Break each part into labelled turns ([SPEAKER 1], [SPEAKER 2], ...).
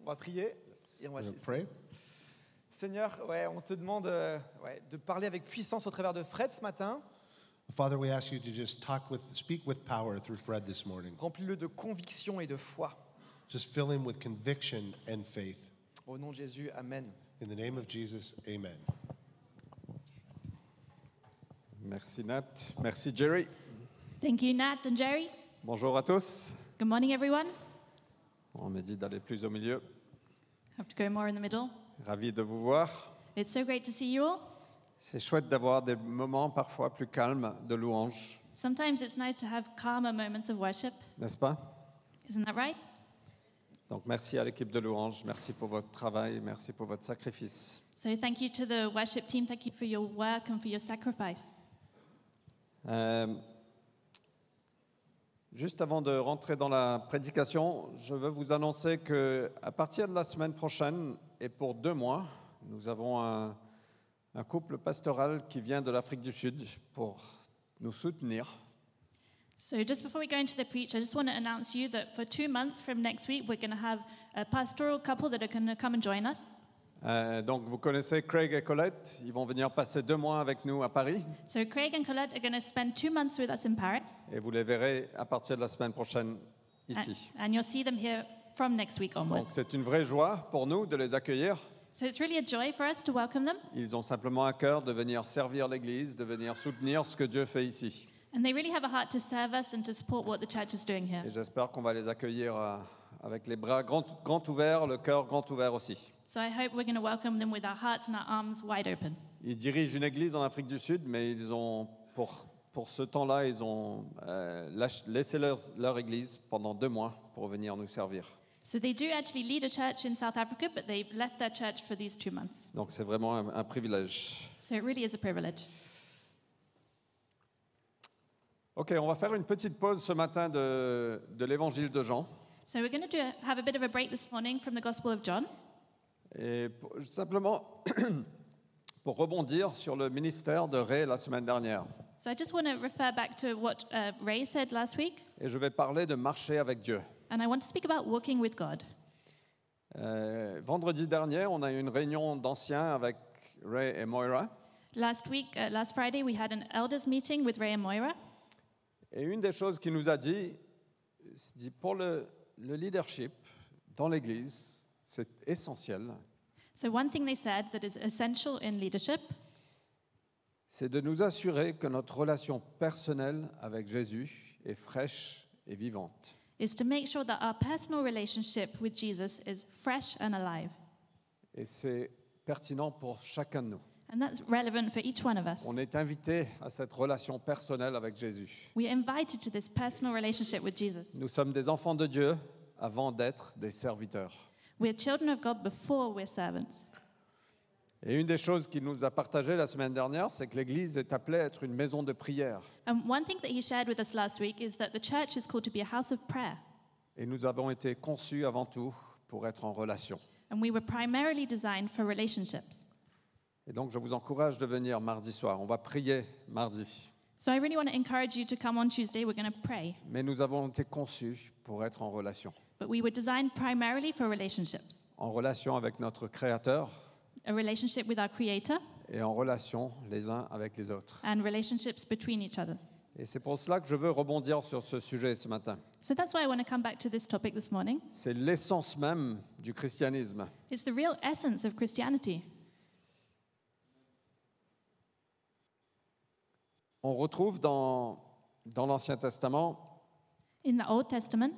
[SPEAKER 1] On va prier et on va
[SPEAKER 2] We're going
[SPEAKER 1] te
[SPEAKER 2] to
[SPEAKER 1] laisser.
[SPEAKER 2] pray.
[SPEAKER 1] Seigneur, ouais, on te demande euh, ouais, de parler avec puissance au travers de Fred ce matin.
[SPEAKER 2] Father, we ask you to just talk with, speak with power through Fred this morning.
[SPEAKER 1] Remplis-le de conviction et de foi.
[SPEAKER 2] Just fill him with conviction and faith.
[SPEAKER 1] Au nom de Jésus, Amen.
[SPEAKER 2] In the name of Jesus, amen.
[SPEAKER 3] Merci Nat, merci Jerry.
[SPEAKER 4] Thank you, Nat and Jerry.
[SPEAKER 3] Bonjour à tous.
[SPEAKER 4] Good morning, everyone.
[SPEAKER 3] On me dit d'aller plus au milieu.
[SPEAKER 4] I have to go more in the middle.
[SPEAKER 3] Ravi de vous voir.
[SPEAKER 4] It's so great to see you all.
[SPEAKER 3] C'est chouette d'avoir des moments parfois plus calmes de louange,
[SPEAKER 4] Sometimes it's nice to have calmer moments of worship,
[SPEAKER 3] n'est-ce pas
[SPEAKER 4] isn't that right?
[SPEAKER 3] Donc merci à l'équipe de louange, merci pour votre travail, merci pour votre sacrifice.
[SPEAKER 4] So thank you to the worship team. Thank you for your work and for your sacrifice.
[SPEAKER 3] Euh, juste avant de rentrer dans la prédication, je veux vous annoncer que à partir de la semaine prochaine et pour deux mois, nous avons un, un couple pastoral qui vient de l'Afrique du Sud pour nous soutenir.
[SPEAKER 4] So just before we go into the preach, I just want to announce you that for two months from next week, we're going to have a pastoral couple that are going to come and join us.
[SPEAKER 3] Euh, donc vous connaissez Craig et Colette, ils vont venir passer deux mois avec nous à Paris
[SPEAKER 4] So Craig and Colette are going to spend two months with us in Paris,
[SPEAKER 3] et vous les verrez à partir de la semaine prochaine
[SPEAKER 4] and,
[SPEAKER 3] ici.
[SPEAKER 4] and you'll see them here from next week
[SPEAKER 3] Donc
[SPEAKER 4] onwards.
[SPEAKER 3] c'est une vraie joie pour nous de les accueillir.
[SPEAKER 4] So it's really a joy for us to welcome them.
[SPEAKER 3] Ils ont simplement à cœur de venir servir l'Église, de venir soutenir ce que Dieu fait ici.
[SPEAKER 4] And they really have a heart to serve us and to support what the church is doing here.
[SPEAKER 3] Et j'espère qu'on va les accueillir euh, avec les bras grands grand ouverts, le cœur grand ouvert aussi.
[SPEAKER 4] So I hope we're going to welcome them with our hearts and our arms wide open.
[SPEAKER 3] Ils dirigent une église en Afrique du Sud, mais ils ont, pour, pour ce temps-là, ils ont euh, lâch- laissé leur, leur église pendant deux mois pour venir nous servir.
[SPEAKER 4] So they do actually lead a church in South Africa, but they left their church for these two months.
[SPEAKER 3] Donc c'est vraiment un, un privilège.
[SPEAKER 4] So it really is a privilege.
[SPEAKER 3] Ok, on va faire une petite pause ce matin de, de l'évangile de Jean.
[SPEAKER 4] So we're going to do a, have a bit of a break this morning from the Gospel of John.
[SPEAKER 3] Et pour- simplement pour rebondir sur le ministère de Ray la semaine dernière.
[SPEAKER 4] So I just want to refer back to what uh, Ray said last week,
[SPEAKER 3] Et je vais parler de marcher avec Dieu.
[SPEAKER 4] and I want to speak about walking with God.
[SPEAKER 3] Euh, vendredi dernier, on a eu une réunion d'anciens avec Ray et Moira.
[SPEAKER 4] Last week, uh, last Friday, we had an elders meeting with Ray and Moira,
[SPEAKER 3] Et une des choses qu'il nous a dit, c'est dit pour le, le leadership dans l'Église, c'est essentiel,
[SPEAKER 4] So, one thing they said that is essential in leadership
[SPEAKER 3] c'est de nous assurer que notre relation personnelle avec Jésus est fraîche et vivante.
[SPEAKER 4] is to make sure that our personal relationship with Jesus is fresh and alive.
[SPEAKER 3] Et c'est pertinent pour chacun de nous.
[SPEAKER 4] And that's relevant for each one of us.
[SPEAKER 3] On est invité à cette relation personnelle avec Jésus.
[SPEAKER 4] We are invited to this personal relationship with Jesus.
[SPEAKER 3] Nous sommes des enfants de Dieu avant d'être des serviteurs.
[SPEAKER 4] We're children of God before we're servants.
[SPEAKER 3] Et une des choses qu'il nous a partagé la semaine dernière, c'est que l'Église est appelée à être une maison de prière.
[SPEAKER 4] And one thing that he shared with us last week is that the church is called to be a house of prayer.
[SPEAKER 3] Et nous avons été conçus avant tout pour être en relation.
[SPEAKER 4] And we were primarily designed for relationships.
[SPEAKER 3] Et donc je vous encourage de venir mardi soir. On va prier mardi.
[SPEAKER 4] So I really want to encourage you to come on Tuesday. We're going to pray.
[SPEAKER 3] Mais nous avons été conçus pour être en relation.
[SPEAKER 4] But we were designed primarily for relationships
[SPEAKER 3] En relation avec notre Créateur
[SPEAKER 4] a relationship with our Creator,
[SPEAKER 3] et en relation les uns avec les autres.
[SPEAKER 4] and relationships between each other.
[SPEAKER 3] Et c'est pour cela que je veux rebondir sur ce sujet ce matin.
[SPEAKER 4] So that's why I want to come back to this topic this morning.
[SPEAKER 3] C'est l'essence même du christianisme.
[SPEAKER 4] It's the real essence of Christianity.
[SPEAKER 3] On retrouve dans, dans l'Ancien Testament,
[SPEAKER 4] In the Old Testament,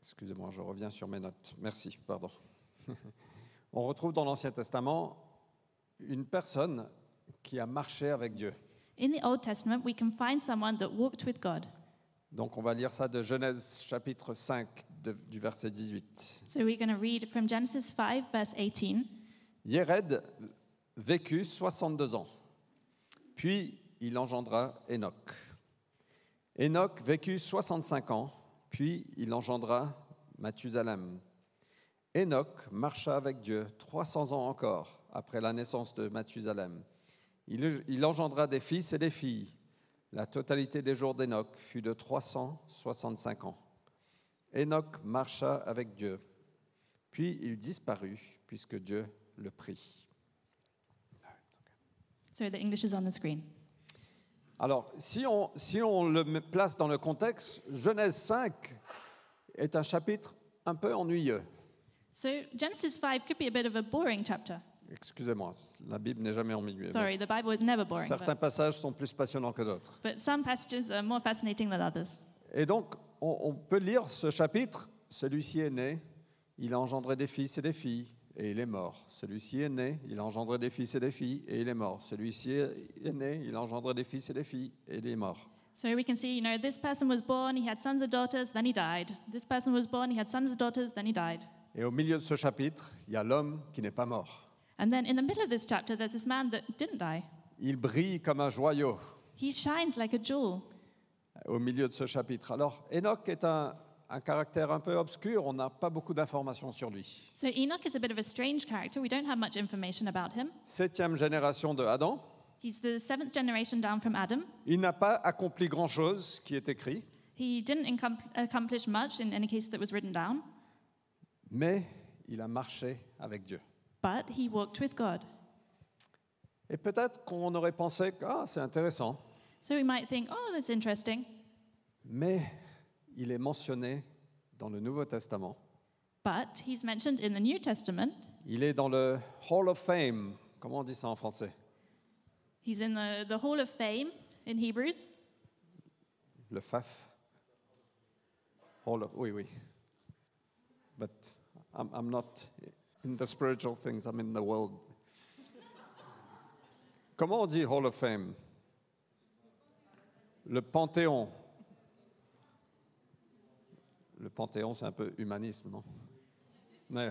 [SPEAKER 3] excusez-moi, je reviens sur mes notes, merci, pardon. On retrouve dans l'Ancien Testament une personne qui a marché avec Dieu.
[SPEAKER 4] in the Old Testament, we can find someone that walked with God.
[SPEAKER 3] Donc on va lire ça de Genèse chapitre 5 de- du verset 18.
[SPEAKER 4] So we're going to read from Genesis 5, verse 18.
[SPEAKER 3] Yéred vécut 62 ans, puis il engendra Enoch. Enoch vécut 65 ans, puis il engendra Mathusalem. Enoch marcha avec Dieu 300 ans encore après la naissance de Mathusalem. Il, il engendra des fils et des filles. La totalité des jours d'Enoch fut de 365 ans. Enoch marcha avec Dieu Puis il disparut, puisque Dieu le prit.
[SPEAKER 4] So the English is on the screen.
[SPEAKER 3] Alors, si on, si on le met- place dans le contexte, Genèse 5 est un chapitre un peu ennuyeux.
[SPEAKER 4] So Genesis 5 could be a bit of a boring chapter.
[SPEAKER 3] Excusez-moi, la Bible n'est jamais ennuyeuse.
[SPEAKER 4] Sorry, the Bible is never boring.
[SPEAKER 3] Certains
[SPEAKER 4] But,
[SPEAKER 3] passages sont plus passionnants que d'autres.
[SPEAKER 4] but some passages are more fascinating than others.
[SPEAKER 3] Et donc, on, on peut lire ce chapitre. Celui-ci est né, il a engendré des fils et des filles, et il est mort. Celui-ci est né, il a engendré des fils et des filles, et il est mort. Celui-ci est né, il a engendré des fils et des filles, et il est mort.
[SPEAKER 4] So we can see, you know, this person was born, he had sons and daughters, then he died. This person was born, he had sons and daughters, then he died.
[SPEAKER 3] Et au milieu de ce chapitre, il y a l'homme qui n'est pas mort.
[SPEAKER 4] And then in the middle of this chapter, there's this man that didn't die.
[SPEAKER 3] Il brille comme un joyau
[SPEAKER 4] He shines like a jewel.
[SPEAKER 3] au milieu de ce chapitre. Alors, Enoch est un, un caractère un peu obscur, on n'a pas beaucoup d'informations sur lui.
[SPEAKER 4] So Enoch is a bit of a strange character. We don't have much information about him.
[SPEAKER 3] Septième génération de Adam,
[SPEAKER 4] He's the seventh generation down from Adam.
[SPEAKER 3] il n'a pas accompli grand-chose qui est écrit,
[SPEAKER 4] He didn't incom- accomplish much in any case that was written down,
[SPEAKER 3] mais il a marché avec Dieu.
[SPEAKER 4] but he walked with God.
[SPEAKER 3] Et peut-être qu'on aurait pensé que ah, c'est intéressant,
[SPEAKER 4] So we might think, oh, that's interesting.
[SPEAKER 3] mais il est mentionné dans le Nouveau Testament.
[SPEAKER 4] But he's mentioned in the New Testament.
[SPEAKER 3] Il est dans le Hall of Fame, comment on dit ça en français
[SPEAKER 4] He's in the, the Hall of Fame in Hebrews.
[SPEAKER 3] Le FAF. Hall of, oui, oui. But I'm, I'm not in the spiritual things, I'm in the world. Comment on dit Hall of Fame Le Panthéon. Le Panthéon, c'est un peu humanisme, non Mais,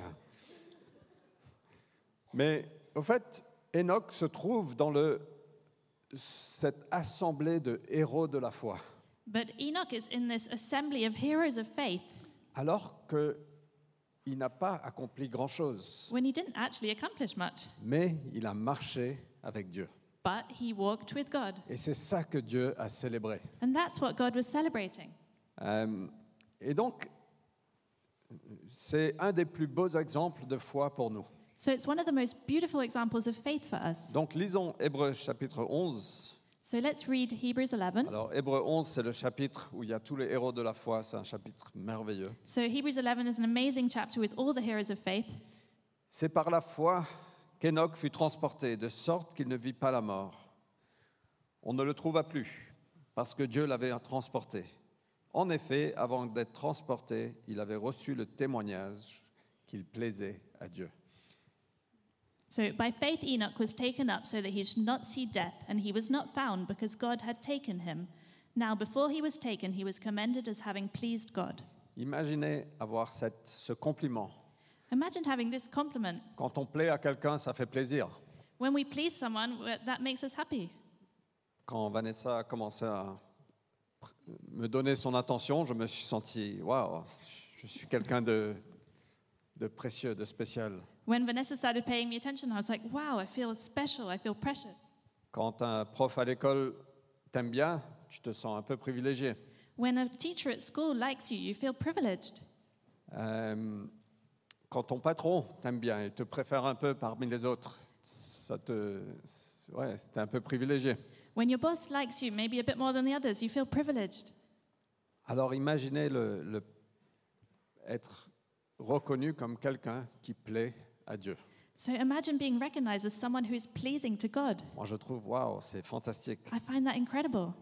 [SPEAKER 3] mais au fait, Enoch se trouve dans le, cette assemblée de héros de la foi.
[SPEAKER 4] But Enoch is in this assembly of heroes of faith
[SPEAKER 3] alors qu'il n'a pas accompli grand-chose,
[SPEAKER 4] when he didn't actually accomplish much,
[SPEAKER 3] mais il a marché avec Dieu.
[SPEAKER 4] but he walked with God.
[SPEAKER 3] Et c'est ça que Dieu a célébré.
[SPEAKER 4] And that's what God was celebrating.
[SPEAKER 3] Euh, et donc, c'est un des plus beaux exemples de foi pour nous.
[SPEAKER 4] So it's one of the most beautiful examples of faith for us.
[SPEAKER 3] Donc, lisons Hébreux chapitre 11.
[SPEAKER 4] So let's read Hebrews 11.
[SPEAKER 3] Alors, Hébreux 11, c'est le chapitre où il y a tous les héros de la foi. C'est un chapitre merveilleux.
[SPEAKER 4] So Hebrews 11 is an amazing chapter with all the heroes of faith.
[SPEAKER 3] C'est par la foi qu'Enoch fut transporté, de sorte qu'il ne vit pas la mort. On ne le trouva plus, parce que Dieu l'avait transporté. En effet, avant d'être transporté, il avait reçu le témoignage qu'il plaisait à Dieu.
[SPEAKER 4] So by faith Enoch was taken up so that he should not see death, and he was not found because God had taken him. Now before he was taken, he was commended as having pleased God.
[SPEAKER 3] Imaginez avoir cette- ce compliment.
[SPEAKER 4] Imagine having this compliment.
[SPEAKER 3] Quand on plaît à quelqu'un, ça fait plaisir.
[SPEAKER 4] When we please someone, w- that makes us happy.
[SPEAKER 3] Quand Vanessa a commencé à pr- me donner son attention, je me suis senti, waouh, je suis quelqu'un de- de précieux, de spécial.
[SPEAKER 4] When Vanessa started paying me attention, I was like, wow, I feel special, I feel precious.
[SPEAKER 3] Quand un prof à l'école t'aime bien, tu te sens un peu privilégié.
[SPEAKER 4] When a teacher at school likes you, you feel privileged.
[SPEAKER 3] Euh, quand ton patron t'aime bien et te préfère un peu parmi les autres, ça te, ouais, t'es un peu privilégié.
[SPEAKER 4] When your boss likes you maybe a bit more than the others, you feel privileged.
[SPEAKER 3] Alors imaginez le, le- être reconnu comme quelqu'un qui plaît à Dieu.
[SPEAKER 4] So imagine being recognized as someone who is pleasing to God.
[SPEAKER 3] Moi, je trouve, waouh, c'est fantastique.
[SPEAKER 4] I find that incredible.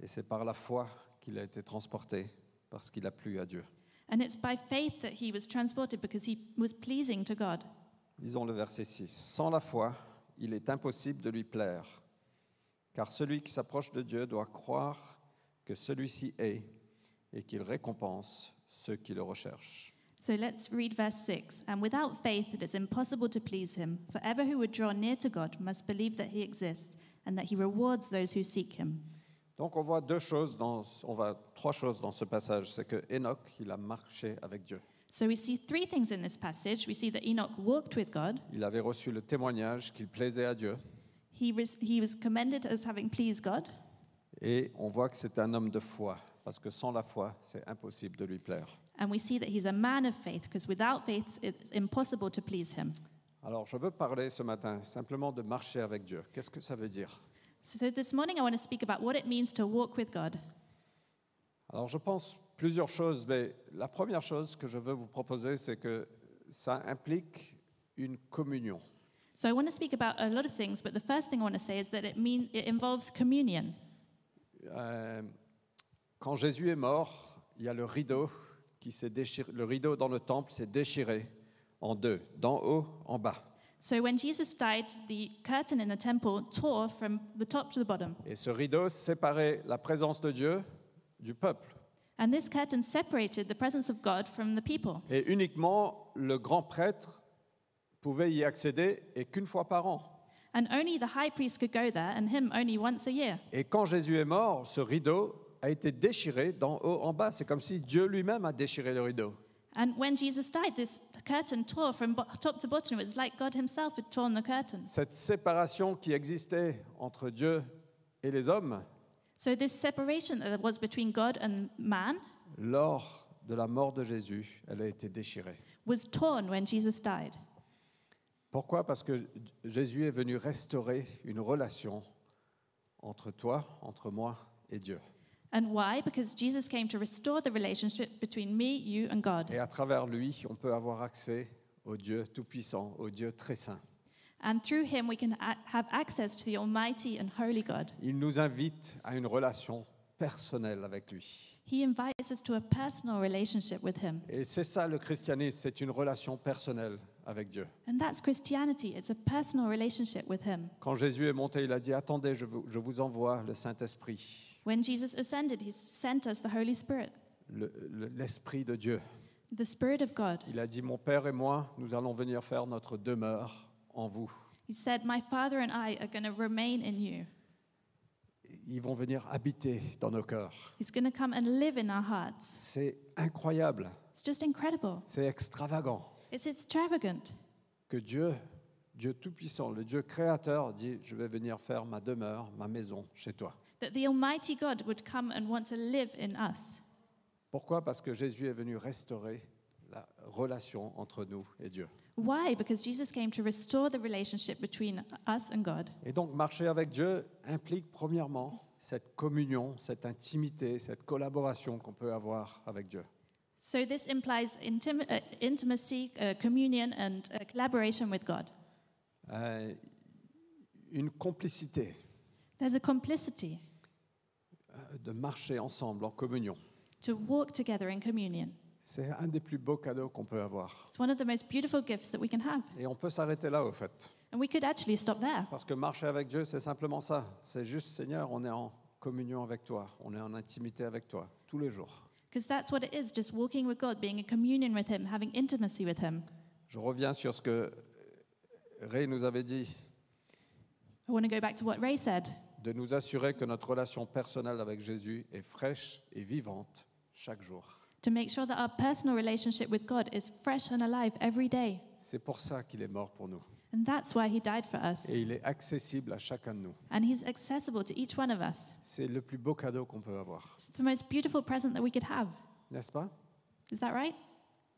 [SPEAKER 3] Et c'est par la foi qu'il a été transporté parce qu'il a plu à Dieu.
[SPEAKER 4] And it's by faith that he was transported because he was pleasing to God.
[SPEAKER 3] Lisons le verset 6. Sans la foi, il est impossible de lui plaire, car celui qui s'approche de Dieu doit croire que celui-ci est et qu'il récompense ceux qui le recherchent.
[SPEAKER 4] So let's read verse 6. And without faith, it is impossible to please him. For ever who would draw near to God must believe that he exists and that he rewards those who seek him.
[SPEAKER 3] Donc on voit deux choses dans on voit trois choses dans ce passage, c'est que Enoch, il a marché avec Dieu.
[SPEAKER 4] So we see three things in this passage. We see that Enoch walked with God,
[SPEAKER 3] Il avait reçu le témoignage qu'il plaisait à Dieu
[SPEAKER 4] he was, he was commended as having pleased God,
[SPEAKER 3] et on voit que c'est un homme de foi parce que sans la foi, c'est impossible de lui plaire.
[SPEAKER 4] And we see that he's a man of faith because without faith, it's impossible to please him.
[SPEAKER 3] Alors, je veux parler ce matin simplement de marcher avec Dieu. Qu'est-ce que ça veut dire
[SPEAKER 4] So this morning, I want to speak about what it means to walk with God.
[SPEAKER 3] Alors, je pense plusieurs choses, mais la première chose que je veux vous proposer, c'est que ça implique une communion.
[SPEAKER 4] So I want to speak about a lot of things, but the first thing I want to say is that it mean it involves communion.
[SPEAKER 3] Euh, quand Jésus est mort, il y a le rideau qui s'est déchiré. Le rideau dans le temple s'est déchiré en deux, d'en haut en bas.
[SPEAKER 4] So when Jesus died, the curtain in the temple tore from the top to the bottom,
[SPEAKER 3] Et ce rideau séparait la présence de Dieu du peuple.
[SPEAKER 4] and this curtain separated the presence of God from the people.
[SPEAKER 3] Et uniquement le grand prêtre pouvait y accéder et qu'une fois par an.
[SPEAKER 4] And only the high priest could go there, and him only once a year.
[SPEAKER 3] Et quand Jésus est mort, ce rideau a été déchiré d'en haut en bas. C'est comme si Dieu lui-même a déchiré le rideau.
[SPEAKER 4] And when Jesus died, this curtain tore from bo- top to bottom. It was like God Himself had torn the curtains.
[SPEAKER 3] Cette séparation qui existait entre Dieu et les hommes
[SPEAKER 4] So this separation that was between God and man
[SPEAKER 3] lors de la mort de Jésus, elle a été déchirée.
[SPEAKER 4] was torn when Jesus died.
[SPEAKER 3] Pourquoi Parce que Jésus est venu restaurer une relation entre toi, entre moi et Dieu.
[SPEAKER 4] And why? Because Jesus came to restore the relationship between me, you, and God.
[SPEAKER 3] Et à travers lui, on peut avoir accès au Dieu Tout-Puissant, au Dieu Très Saint.
[SPEAKER 4] And through him, we can a- have access to the Almighty and Holy God.
[SPEAKER 3] Il nous invite à une relation personnelle avec lui.
[SPEAKER 4] He invites us to a personal relationship with him.
[SPEAKER 3] Et c'est ça le christianisme, c'est une relation personnelle avec Dieu.
[SPEAKER 4] And that's Christianity, it's a personal relationship with him.
[SPEAKER 3] Quand Jésus est monté, il a dit, attendez, je vous, je vous envoie le Saint-Esprit,
[SPEAKER 4] When Jesus ascended, he sent us the Holy Spirit,
[SPEAKER 3] le- le- l'Esprit de Dieu.
[SPEAKER 4] the Spirit of God.
[SPEAKER 3] Il a dit, mon Père et moi, nous allons venir faire notre demeure en vous.
[SPEAKER 4] He said, My Father and I are going to remain in you.
[SPEAKER 3] Ils vont venir habiter dans nos cœurs.
[SPEAKER 4] He's going to come and live in our hearts.
[SPEAKER 3] C'est incroyable,
[SPEAKER 4] It's just incredible.
[SPEAKER 3] c'est extravagant
[SPEAKER 4] It's extravagant
[SPEAKER 3] que Dieu, Dieu Tout-Puissant, le Dieu Créateur, dit, je vais venir faire ma demeure, ma maison chez toi.
[SPEAKER 4] that the Almighty God would come and want to live in us.
[SPEAKER 3] Pourquoi Parce que Jésus est venu restaurer la relation entre nous et Dieu.
[SPEAKER 4] Why? Because Jesus came to restore the relationship between us and God.
[SPEAKER 3] Et donc marcher avec Dieu implique premièrement cette communion, cette intimité, cette collaboration qu'on peut avoir avec Dieu.
[SPEAKER 4] So this implies intim- uh, intimacy, uh, communion, and uh, collaboration with God.
[SPEAKER 3] Euh, une complicité
[SPEAKER 4] There's a complicity
[SPEAKER 3] euh, de marcher ensemble en communion.
[SPEAKER 4] to walk together in communion.
[SPEAKER 3] C'est un des plus beaux cadeaux qu'on peut avoir.
[SPEAKER 4] It's one of the most beautiful gifts that we can have.
[SPEAKER 3] Et on peut s'arrêter là, au fait.
[SPEAKER 4] And we could actually stop there
[SPEAKER 3] Parce que marcher avec Dieu, c'est simplement ça. C'est juste, Seigneur, on est en communion avec toi, on est en intimité avec toi, tous les jours.
[SPEAKER 4] because that's what it is just walking with God, being in communion with Him, having intimacy with Him.
[SPEAKER 3] Je reviens sur ce que Ray nous avait dit,
[SPEAKER 4] I want to go back to what Ray said
[SPEAKER 3] de nous assurer que notre relation personnelle avec Jésus est fraîche et vivante chaque jour.
[SPEAKER 4] to make sure that our personal relationship with God is fresh and alive every day.
[SPEAKER 3] C'est pour ça qu'il est mort pour nous.
[SPEAKER 4] And that's why He died for us.
[SPEAKER 3] Et il est accessible à chacun de nous.
[SPEAKER 4] And He's accessible to each one of us.
[SPEAKER 3] C'est le plus beau cadeau qu'on peut avoir,
[SPEAKER 4] It's the most beautiful present that we could have.
[SPEAKER 3] n'est-ce pas
[SPEAKER 4] Is that right?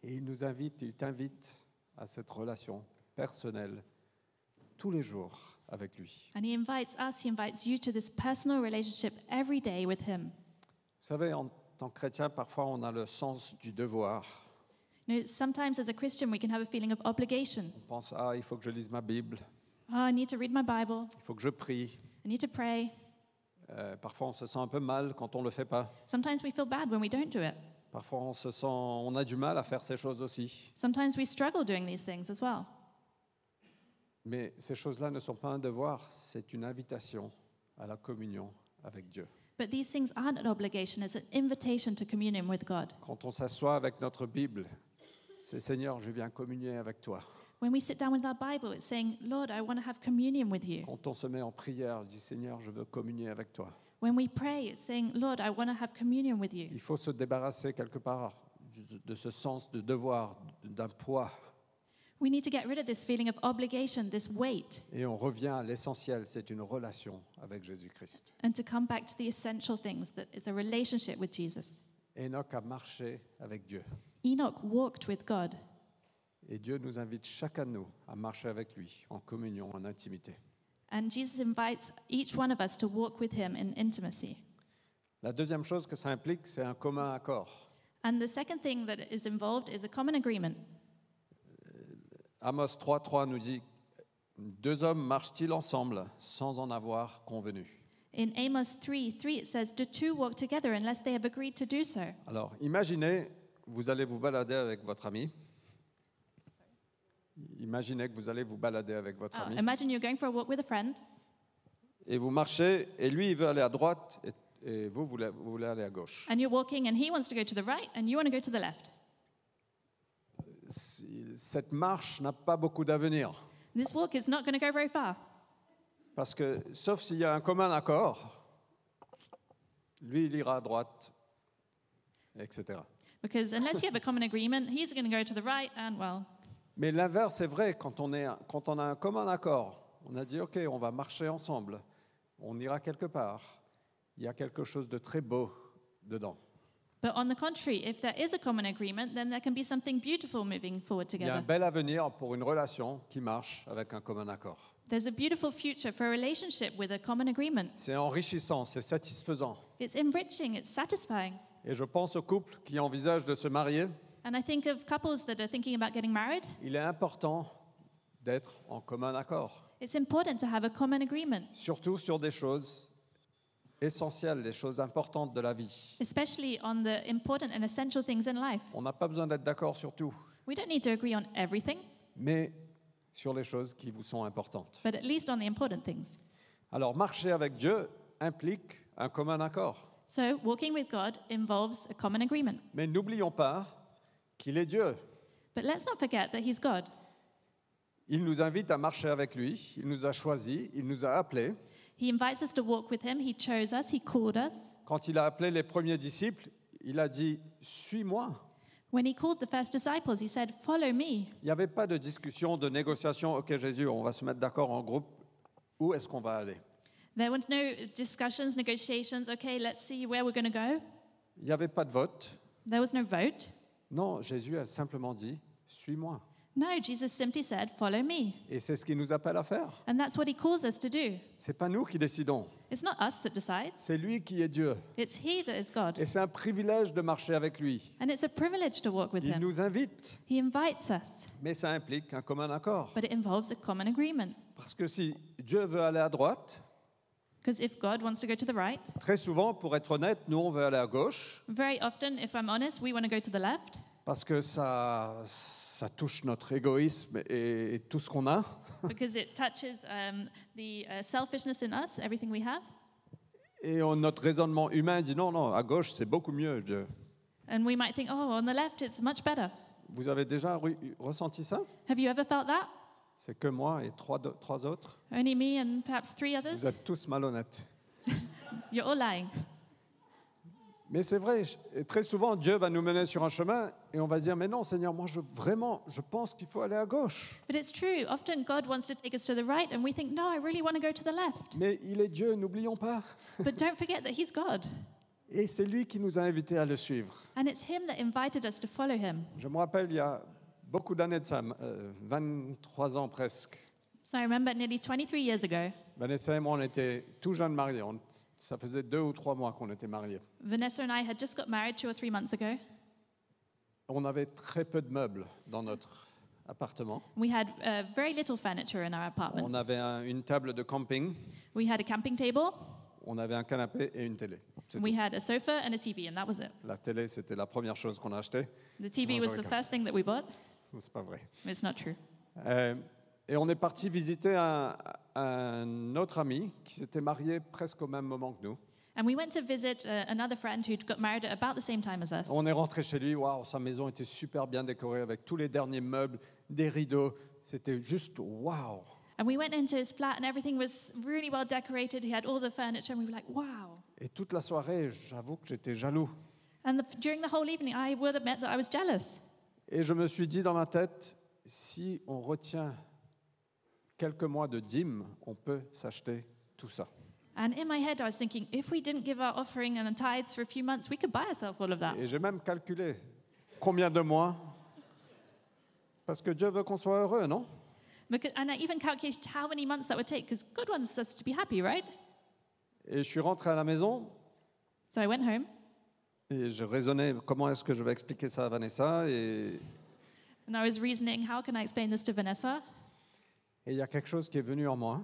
[SPEAKER 3] Et il nous invite, il t'invite à cette relation personnelle tous les jours avec lui.
[SPEAKER 4] And he invites us, he invites you to this personal relationship every day with him.
[SPEAKER 3] Vous savez, en tant que chrétien, parfois on a le sens du devoir.
[SPEAKER 4] You know, sometimes as a Christian, we can have a feeling of obligation.
[SPEAKER 3] On pense, ah, il faut que je lise ma Bible,
[SPEAKER 4] Oh, I need to read my Bible,
[SPEAKER 3] il faut que je prie.
[SPEAKER 4] I need to pray.
[SPEAKER 3] Euh, parfois on se sent un peu mal quand on ne le fait pas.
[SPEAKER 4] Sometimes we feel bad when we don't do it.
[SPEAKER 3] Parfois on se sent, on a du mal à faire ces choses aussi.
[SPEAKER 4] Sometimes we struggle doing these things as well.
[SPEAKER 3] Mais ces choses-là ne sont pas un devoir, c'est une invitation à la communion avec Dieu.
[SPEAKER 4] But these things aren't an obligation, it's an invitation to communion with God.
[SPEAKER 3] Quand on s'assoit avec notre Bible, c'est Seigneur, je viens communier avec toi.
[SPEAKER 4] When we sit down with our Bible, it's saying, Lord, I want to have communion with you.
[SPEAKER 3] Quand on se met en prière, je dis Seigneur, je veux communier avec toi.
[SPEAKER 4] When we pray, it's saying, Lord, I want to have communion with you.
[SPEAKER 3] Il faut se débarrasser quelque part du- de ce sens de devoir, d'un poids,
[SPEAKER 4] We need to get rid of this feeling of obligation, this weight,
[SPEAKER 3] et on revient à l'essentiel, c'est une relation avec Jésus-Christ.
[SPEAKER 4] and to come back to the essential things that is a relationship with Jesus.
[SPEAKER 3] Enoch a marché avec Dieu.
[SPEAKER 4] Enoch walked with God,
[SPEAKER 3] Et Dieu nous invite chacun de nous à marcher avec lui en communion, en intimité.
[SPEAKER 4] and Jesus invites each one of us to walk with him in intimacy.
[SPEAKER 3] La deuxième chose que ça implique, c'est un commun accord.
[SPEAKER 4] And the second thing that is involved is a common agreement.
[SPEAKER 3] Amos 3.3 nous dit Deux hommes marchent-ils ensemble sans en avoir convenu
[SPEAKER 4] In Amos 3 3, it says, Do two walk together unless they have agreed to do so?
[SPEAKER 3] Alors, imaginez, vous allez vous balader avec votre ami. Imaginez que vous allez vous balader avec votre
[SPEAKER 4] Oh,
[SPEAKER 3] ami.
[SPEAKER 4] imagine you're going for a walk with a friend,
[SPEAKER 3] Et vous marchez, et lui, il veut aller à droite, et, et vous, vous voulez, vous voulez aller à gauche.
[SPEAKER 4] and you're walking, and he wants to go to the right, and you want to go to the left.
[SPEAKER 3] Si- Cette marche n'a pas beaucoup d'avenir.
[SPEAKER 4] This walk is not going to go very far.
[SPEAKER 3] Parce que, sauf s'il y a un commun accord, lui, il ira à droite, etc.
[SPEAKER 4] Because unless you have a common agreement, he's going to go to the right, and well,
[SPEAKER 3] Mais l'inverse est vrai quand on, est, quand on a un commun accord. On a dit, OK, on va marcher ensemble, on ira quelque part. Il y a quelque chose de très beau dedans.
[SPEAKER 4] but on the contrary, if there is a common agreement, then there can be something beautiful moving forward
[SPEAKER 3] Il y a un
[SPEAKER 4] together.
[SPEAKER 3] bel avenir pour une relation qui marche avec un commun accord.
[SPEAKER 4] There's a beautiful future for a relationship with a common agreement.
[SPEAKER 3] C'est enrichissant, c'est satisfaisant.
[SPEAKER 4] It's enriching, it's satisfying.
[SPEAKER 3] Et je pense aux couples qui envisagent de se marier.
[SPEAKER 4] And I think of couples that are thinking about getting married,
[SPEAKER 3] Il est important d'être en commun accord.
[SPEAKER 4] it's important to have a common agreement,
[SPEAKER 3] surtout sur des choses essentielles, des choses importantes de la vie.
[SPEAKER 4] especially on the important and essential things in life.
[SPEAKER 3] On n'a pas besoin d'être d'accord sur tout,
[SPEAKER 4] We don't need to agree on everything,
[SPEAKER 3] mais sur les choses qui vous sont importantes.
[SPEAKER 4] but at least on the important things.
[SPEAKER 3] Alors marcher avec Dieu implique un commun accord.
[SPEAKER 4] So, walking with God involves a common agreement.
[SPEAKER 3] Mais n'oublions pas qu'il est Dieu.
[SPEAKER 4] But let's not forget that He's God.
[SPEAKER 3] Il nous invite à marcher avec lui, il nous a choisis, il nous a appelés.
[SPEAKER 4] He invites us to walk with Him. He chose us, He called us.
[SPEAKER 3] Quand il a appelé les premiers disciples, il a dit ⁇ Suis-moi
[SPEAKER 4] When He called the first disciples, He said, Follow me.
[SPEAKER 3] ⁇ Il n'y avait pas de discussion, de négociation, OK Jésus, on va se mettre d'accord en groupe, où est-ce qu'on va aller
[SPEAKER 4] There were no discussions, negotiations. Okay, let's see where we're going to go.
[SPEAKER 3] Il n'y avait pas de vote,
[SPEAKER 4] There was no vote.
[SPEAKER 3] Non, Jésus a simplement dit, suis-moi.
[SPEAKER 4] No, Jesus simply said, Follow me.
[SPEAKER 3] Et c'est ce qu'il nous appelle à faire.
[SPEAKER 4] And that's what He calls us to do.
[SPEAKER 3] C'est pas nous qui décidons,
[SPEAKER 4] It's not us that decides,
[SPEAKER 3] c'est lui qui est Dieu.
[SPEAKER 4] it's He that is
[SPEAKER 3] Et
[SPEAKER 4] God.
[SPEAKER 3] c'est un privilège de marcher avec lui.
[SPEAKER 4] And it's a privilege to walk with
[SPEAKER 3] Il
[SPEAKER 4] Him.
[SPEAKER 3] nous invite,
[SPEAKER 4] He invites us,
[SPEAKER 3] mais ça implique un commun accord.
[SPEAKER 4] but it involves a common agreement.
[SPEAKER 3] Parce que si Dieu veut aller à droite,
[SPEAKER 4] Because if God wants to go to the right,
[SPEAKER 3] très souvent, pour être honnête, nous on veut aller à gauche
[SPEAKER 4] very often, if I'm honest, we want to go to the left
[SPEAKER 3] parce que ça, ça touche notre égoïsme et, et tout ce qu'on a.
[SPEAKER 4] because it touches um, the uh, selfishness in us, everything we have.
[SPEAKER 3] Et on- notre raisonnement humain dit non, non, à gauche c'est beaucoup mieux. Dieu.
[SPEAKER 4] And we might think, oh, on the left, it's much better.
[SPEAKER 3] Vous avez déjà re- ressenti ça
[SPEAKER 4] Have you ever felt that?
[SPEAKER 3] C'est que moi et trois, do- trois autres.
[SPEAKER 4] Only me and perhaps three others?
[SPEAKER 3] Vous êtes tous malhonnêtes.
[SPEAKER 4] You're all lying.
[SPEAKER 3] Mais c'est vrai, et très souvent, Dieu va nous mener sur un chemin et on va dire, mais non, Seigneur, moi, je, vraiment, je pense qu'il faut aller à gauche.
[SPEAKER 4] But it's true. Often God wants to take us to the right, and we think, no, I really want to go to the left.
[SPEAKER 3] Mais il est Dieu, n'oublions pas.
[SPEAKER 4] but don't forget that He's God,
[SPEAKER 3] Et c'est lui qui nous a invités à le suivre.
[SPEAKER 4] and it's Him that invited us to follow Him.
[SPEAKER 3] Je me rappelle, il y a beaucoup d'années de ça, euh, 23 ans presque.
[SPEAKER 4] So I remember nearly 23 years ago,
[SPEAKER 3] Vanessa et moi, on était tout jeunes mariés. On- ça faisait deux ou trois mois qu'on était mariés.
[SPEAKER 4] Vanessa and I had just got married two or three months ago.
[SPEAKER 3] On avait très peu de meubles dans notre appartement.
[SPEAKER 4] We had uh, very little furniture in our apartment.
[SPEAKER 3] On avait un- une table de camping,
[SPEAKER 4] We had a camping table,
[SPEAKER 3] on avait un canapé et une télé. C'est
[SPEAKER 4] we had a sofa and a TV, and that was it.
[SPEAKER 3] La télé, c'était la première chose qu'on a achetée.
[SPEAKER 4] The TV was the
[SPEAKER 3] Bonjour, Ricardo.
[SPEAKER 4] first thing that we bought.
[SPEAKER 3] C'est pas vrai.
[SPEAKER 4] It's not true.
[SPEAKER 3] Euh, et on est parti visiter un, un autre ami qui s'était marié presque au même moment que nous.
[SPEAKER 4] And we went to visit uh, another friend who'd got married at about the same time as us.
[SPEAKER 3] On est rentré chez lui. Waouh, sa maison était super bien décorée avec tous les derniers meubles, des rideaux. C'était juste waouh.
[SPEAKER 4] And we went into his flat, and everything was really well decorated. He had all the furniture, and we were like, wow.
[SPEAKER 3] Et toute la soirée, j'avoue que j'étais jaloux.
[SPEAKER 4] And the, during the whole evening, I will admit that I was jealous.
[SPEAKER 3] Et je me suis dit dans ma tête, si on retient quelques mois de dîmes, on peut s'acheter tout ça.
[SPEAKER 4] And in my head, I was thinking, if we didn't give our offering and tithes for a few months, we could buy ourselves all of that.
[SPEAKER 3] Et j'ai même calculé combien de mois. Parce que Dieu veut qu'on soit heureux, non
[SPEAKER 4] Because, and I even calculated how many months that would take, because God wants us to be happy, right?
[SPEAKER 3] Et je suis rentré à la maison
[SPEAKER 4] So I went home
[SPEAKER 3] et je raisonnais comment est-ce que je vais expliquer ça à Vanessa. Et
[SPEAKER 4] and I was reasoning, how can I explain this to Vanessa?
[SPEAKER 3] et il y a quelque chose qui est venu en moi.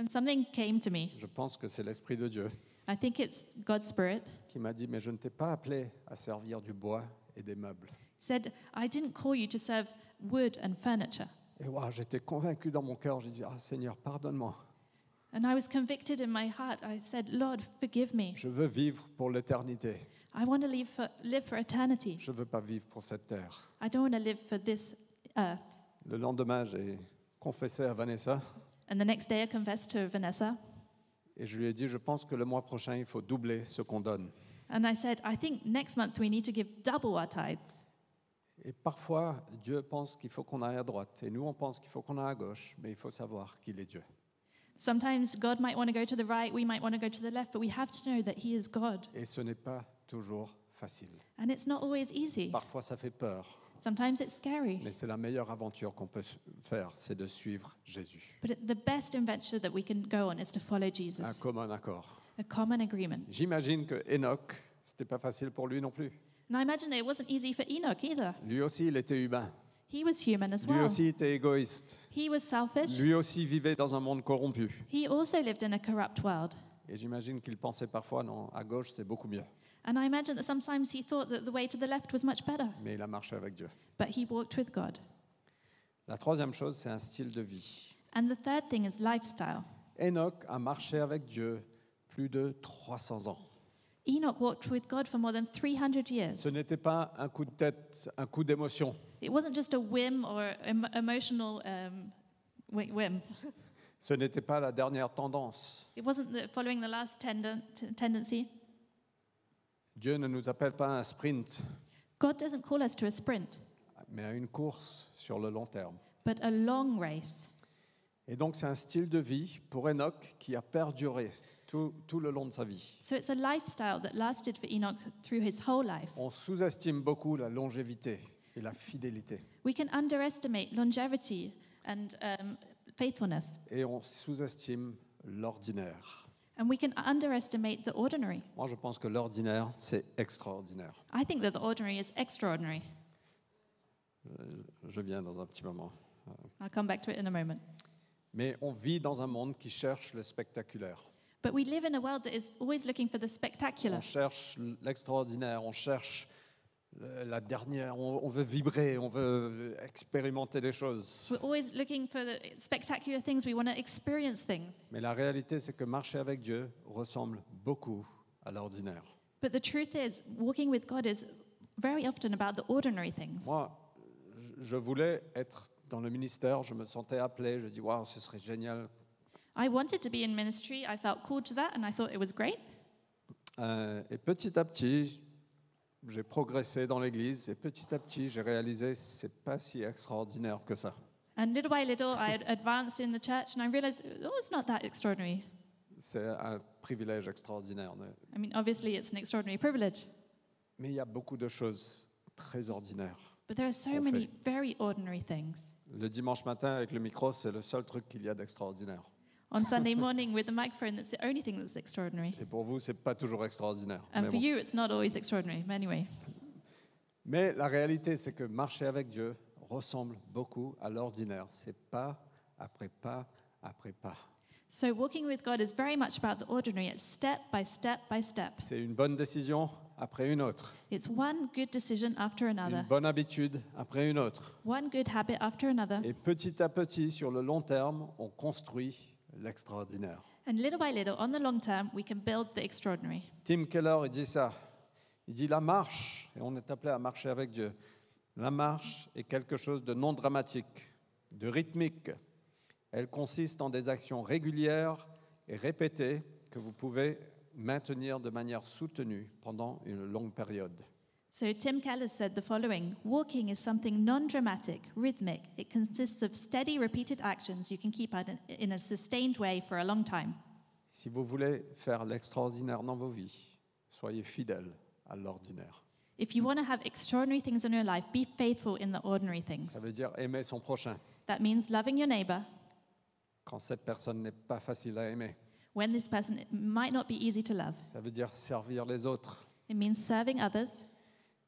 [SPEAKER 4] And something came to me.
[SPEAKER 3] Je pense que c'est l'Esprit de Dieu
[SPEAKER 4] I think it's God's Spirit
[SPEAKER 3] qui m'a dit, mais je ne t'ai pas appelé à servir du bois et des meubles.
[SPEAKER 4] said, I didn't call you to serve wood and furniture.
[SPEAKER 3] Et waouh, j'étais convaincu dans mon cœur. J'ai dit, ah Seigneur, pardonne-moi.
[SPEAKER 4] And I was convicted in my heart. I said, Lord, forgive me.
[SPEAKER 3] Je veux vivre pour l'éternité.
[SPEAKER 4] I want to live for, live for eternity.
[SPEAKER 3] Je ne veux pas vivre pour cette terre.
[SPEAKER 4] I don't want to live for this earth.
[SPEAKER 3] Le lendemain, j'ai confessé à Vanessa
[SPEAKER 4] And the next day I confessed to Vanessa
[SPEAKER 3] et je lui ai dit, je pense que le mois prochain, il faut doubler ce qu'on donne.
[SPEAKER 4] and I said, I think next month we need to give double our tithes.
[SPEAKER 3] Et parfois, Dieu pense qu'il faut qu'on aille à droite et nous, on pense qu'il faut qu'on aille à gauche, mais il faut savoir qu'il est Dieu.
[SPEAKER 4] Sometimes God might want to go to the right, we might want to go to the left, but we have to know that He is God.
[SPEAKER 3] Et ce n'est pas toujours facile.
[SPEAKER 4] And it's not always easy.
[SPEAKER 3] Parfois, ça fait peur,
[SPEAKER 4] Sometimes it's scary.
[SPEAKER 3] mais c'est la meilleure aventure qu'on peut faire, c'est de suivre Jésus.
[SPEAKER 4] But it- the best adventure that we can go on is to follow
[SPEAKER 3] Un
[SPEAKER 4] Jesus,
[SPEAKER 3] commun accord.
[SPEAKER 4] a common agreement.
[SPEAKER 3] J'imagine que Enoch, c'était pas facile pour lui non plus.
[SPEAKER 4] And I imagine that it wasn't easy for Enoch either.
[SPEAKER 3] Lui aussi, il était humain.
[SPEAKER 4] He was human as
[SPEAKER 3] Lui
[SPEAKER 4] well.
[SPEAKER 3] aussi, il était égoïste.
[SPEAKER 4] He was selfish.
[SPEAKER 3] Lui aussi vivait dans un monde corrompu.
[SPEAKER 4] He also lived in a corrupt world.
[SPEAKER 3] Et j'imagine qu'il pensait parfois, non, à gauche, c'est beaucoup mieux.
[SPEAKER 4] And I imagine that sometimes he thought that the way to the left was much better,
[SPEAKER 3] Mais il a marché avec Dieu.
[SPEAKER 4] but he walked with God.
[SPEAKER 3] La troisième chose, c'est un style de vie.
[SPEAKER 4] And the third thing is lifestyle.
[SPEAKER 3] Enoch a marché avec Dieu plus de 300 ans.
[SPEAKER 4] Enoch walked with God for more than 300 years.
[SPEAKER 3] Ce n'était pas un coup de tête, un coup d'émotion.
[SPEAKER 4] It wasn't just a whim or em- emotional um, whi- whim.
[SPEAKER 3] Ce n'était pas la dernière tendance.
[SPEAKER 4] It wasn't the, following the last tenden- t- tendency.
[SPEAKER 3] Dieu ne nous appelle pas à un sprint,
[SPEAKER 4] God doesn't call us to a sprint,
[SPEAKER 3] mais à une course sur le long terme.
[SPEAKER 4] but a long race.
[SPEAKER 3] Et donc c'est un style de vie pour Enoch qui a perduré tout, tout le long de sa vie.
[SPEAKER 4] So it's a lifestyle that lasted for Enoch through his whole life.
[SPEAKER 3] On sous-estime beaucoup la longévité et la fidélité.
[SPEAKER 4] We can underestimate longevity and um, faithfulness,
[SPEAKER 3] Et on sous-estime l'ordinaire.
[SPEAKER 4] and we can underestimate the ordinary.
[SPEAKER 3] Moi je pense que l'ordinaire, c'est extraordinaire.
[SPEAKER 4] I think that the ordinary is extraordinary.
[SPEAKER 3] Euh, Je viens dans un petit moment.
[SPEAKER 4] I'll come back to it in a moment.
[SPEAKER 3] Mais on vit dans un monde qui cherche le spectaculaire.
[SPEAKER 4] But we live in a world that is always looking for the
[SPEAKER 3] On
[SPEAKER 4] spectacular.
[SPEAKER 3] cherche l'extraordinaire, on cherche le- la dernière, on, on veut vibrer, on veut expérimenter des choses.
[SPEAKER 4] We're always looking for the spectacular things. We want to experience things.
[SPEAKER 3] Mais la réalité, c'est que marcher avec Dieu ressemble beaucoup à l'ordinaire.
[SPEAKER 4] But the truth is, walking with God is very often about the ordinary things.
[SPEAKER 3] Moi, je- je voulais être dans le ministère, je me sentais appelé, je dis waouh, ce serait génial.
[SPEAKER 4] I wanted to be in ministry. I felt called to that, and I thought it was great.
[SPEAKER 3] Euh, et petit à petit, j'ai progressé dans l'église et petit à petit, j'ai réalisé c'est pas si extraordinaire que ça.
[SPEAKER 4] And little by little, I had advanced in the church, and I realized, oh, it's not that extraordinary.
[SPEAKER 3] C'est un privilège extraordinaire. mais-
[SPEAKER 4] I mean, obviously, it's an extraordinary privilege,
[SPEAKER 3] Mais il y a beaucoup de choses très ordinaires.
[SPEAKER 4] but there are so
[SPEAKER 3] En
[SPEAKER 4] many
[SPEAKER 3] fait.
[SPEAKER 4] very ordinary things.
[SPEAKER 3] Le dimanche matin, avec le micro, c'est le seul truc qu'il y a d'extraordinaire.
[SPEAKER 4] On Sunday morning with the microphone, that's the only thing that's extraordinary.
[SPEAKER 3] Et pour vous, c'est pas toujours extraordinaire. mais
[SPEAKER 4] And for
[SPEAKER 3] bon.
[SPEAKER 4] you, it's not always extraordinary. But anyway,
[SPEAKER 3] Mais la réalité, c'est que marcher avec Dieu ressemble beaucoup à l'ordinaire. C'est pas après pas après pas.
[SPEAKER 4] so walking with God is very much about the ordinary. It's step by step by step.
[SPEAKER 3] C'est une bonne décision après une autre,
[SPEAKER 4] It's one good decision after
[SPEAKER 3] une
[SPEAKER 4] another,
[SPEAKER 3] bonne habitude après une autre.
[SPEAKER 4] one good habit after another.
[SPEAKER 3] Et petit à petit, sur le long terme, on construit l'extraordinaire.
[SPEAKER 4] And little by little, on the long term, we can build the extraordinary.
[SPEAKER 3] Tim Keller, il dit ça. Il dit la marche, et on est appelé à marcher avec Dieu. La marche est quelque chose de non dramatique, de rythmique. Elle consiste en des actions régulières et répétées que vous pouvez maintenir de manière soutenue pendant une longue période.
[SPEAKER 4] So Tim Keller said the following Walking is something non dramatic, rhythmic. It consists of steady, repeated actions you can keep at an, in a sustained way for a long time.
[SPEAKER 3] Si vous voulez faire l'extraordinaire dans vos vies, soyez fidèles à l'ordinaire.
[SPEAKER 4] If you want to have extraordinary things in your life, be faithful in the ordinary things.
[SPEAKER 3] Ça veut dire aimer son prochain
[SPEAKER 4] That means loving your neighbor
[SPEAKER 3] quand cette personne n'est pas facile à aimer.
[SPEAKER 4] when this person might not be easy to love.
[SPEAKER 3] Ça veut dire servir les autres,
[SPEAKER 4] It means serving others,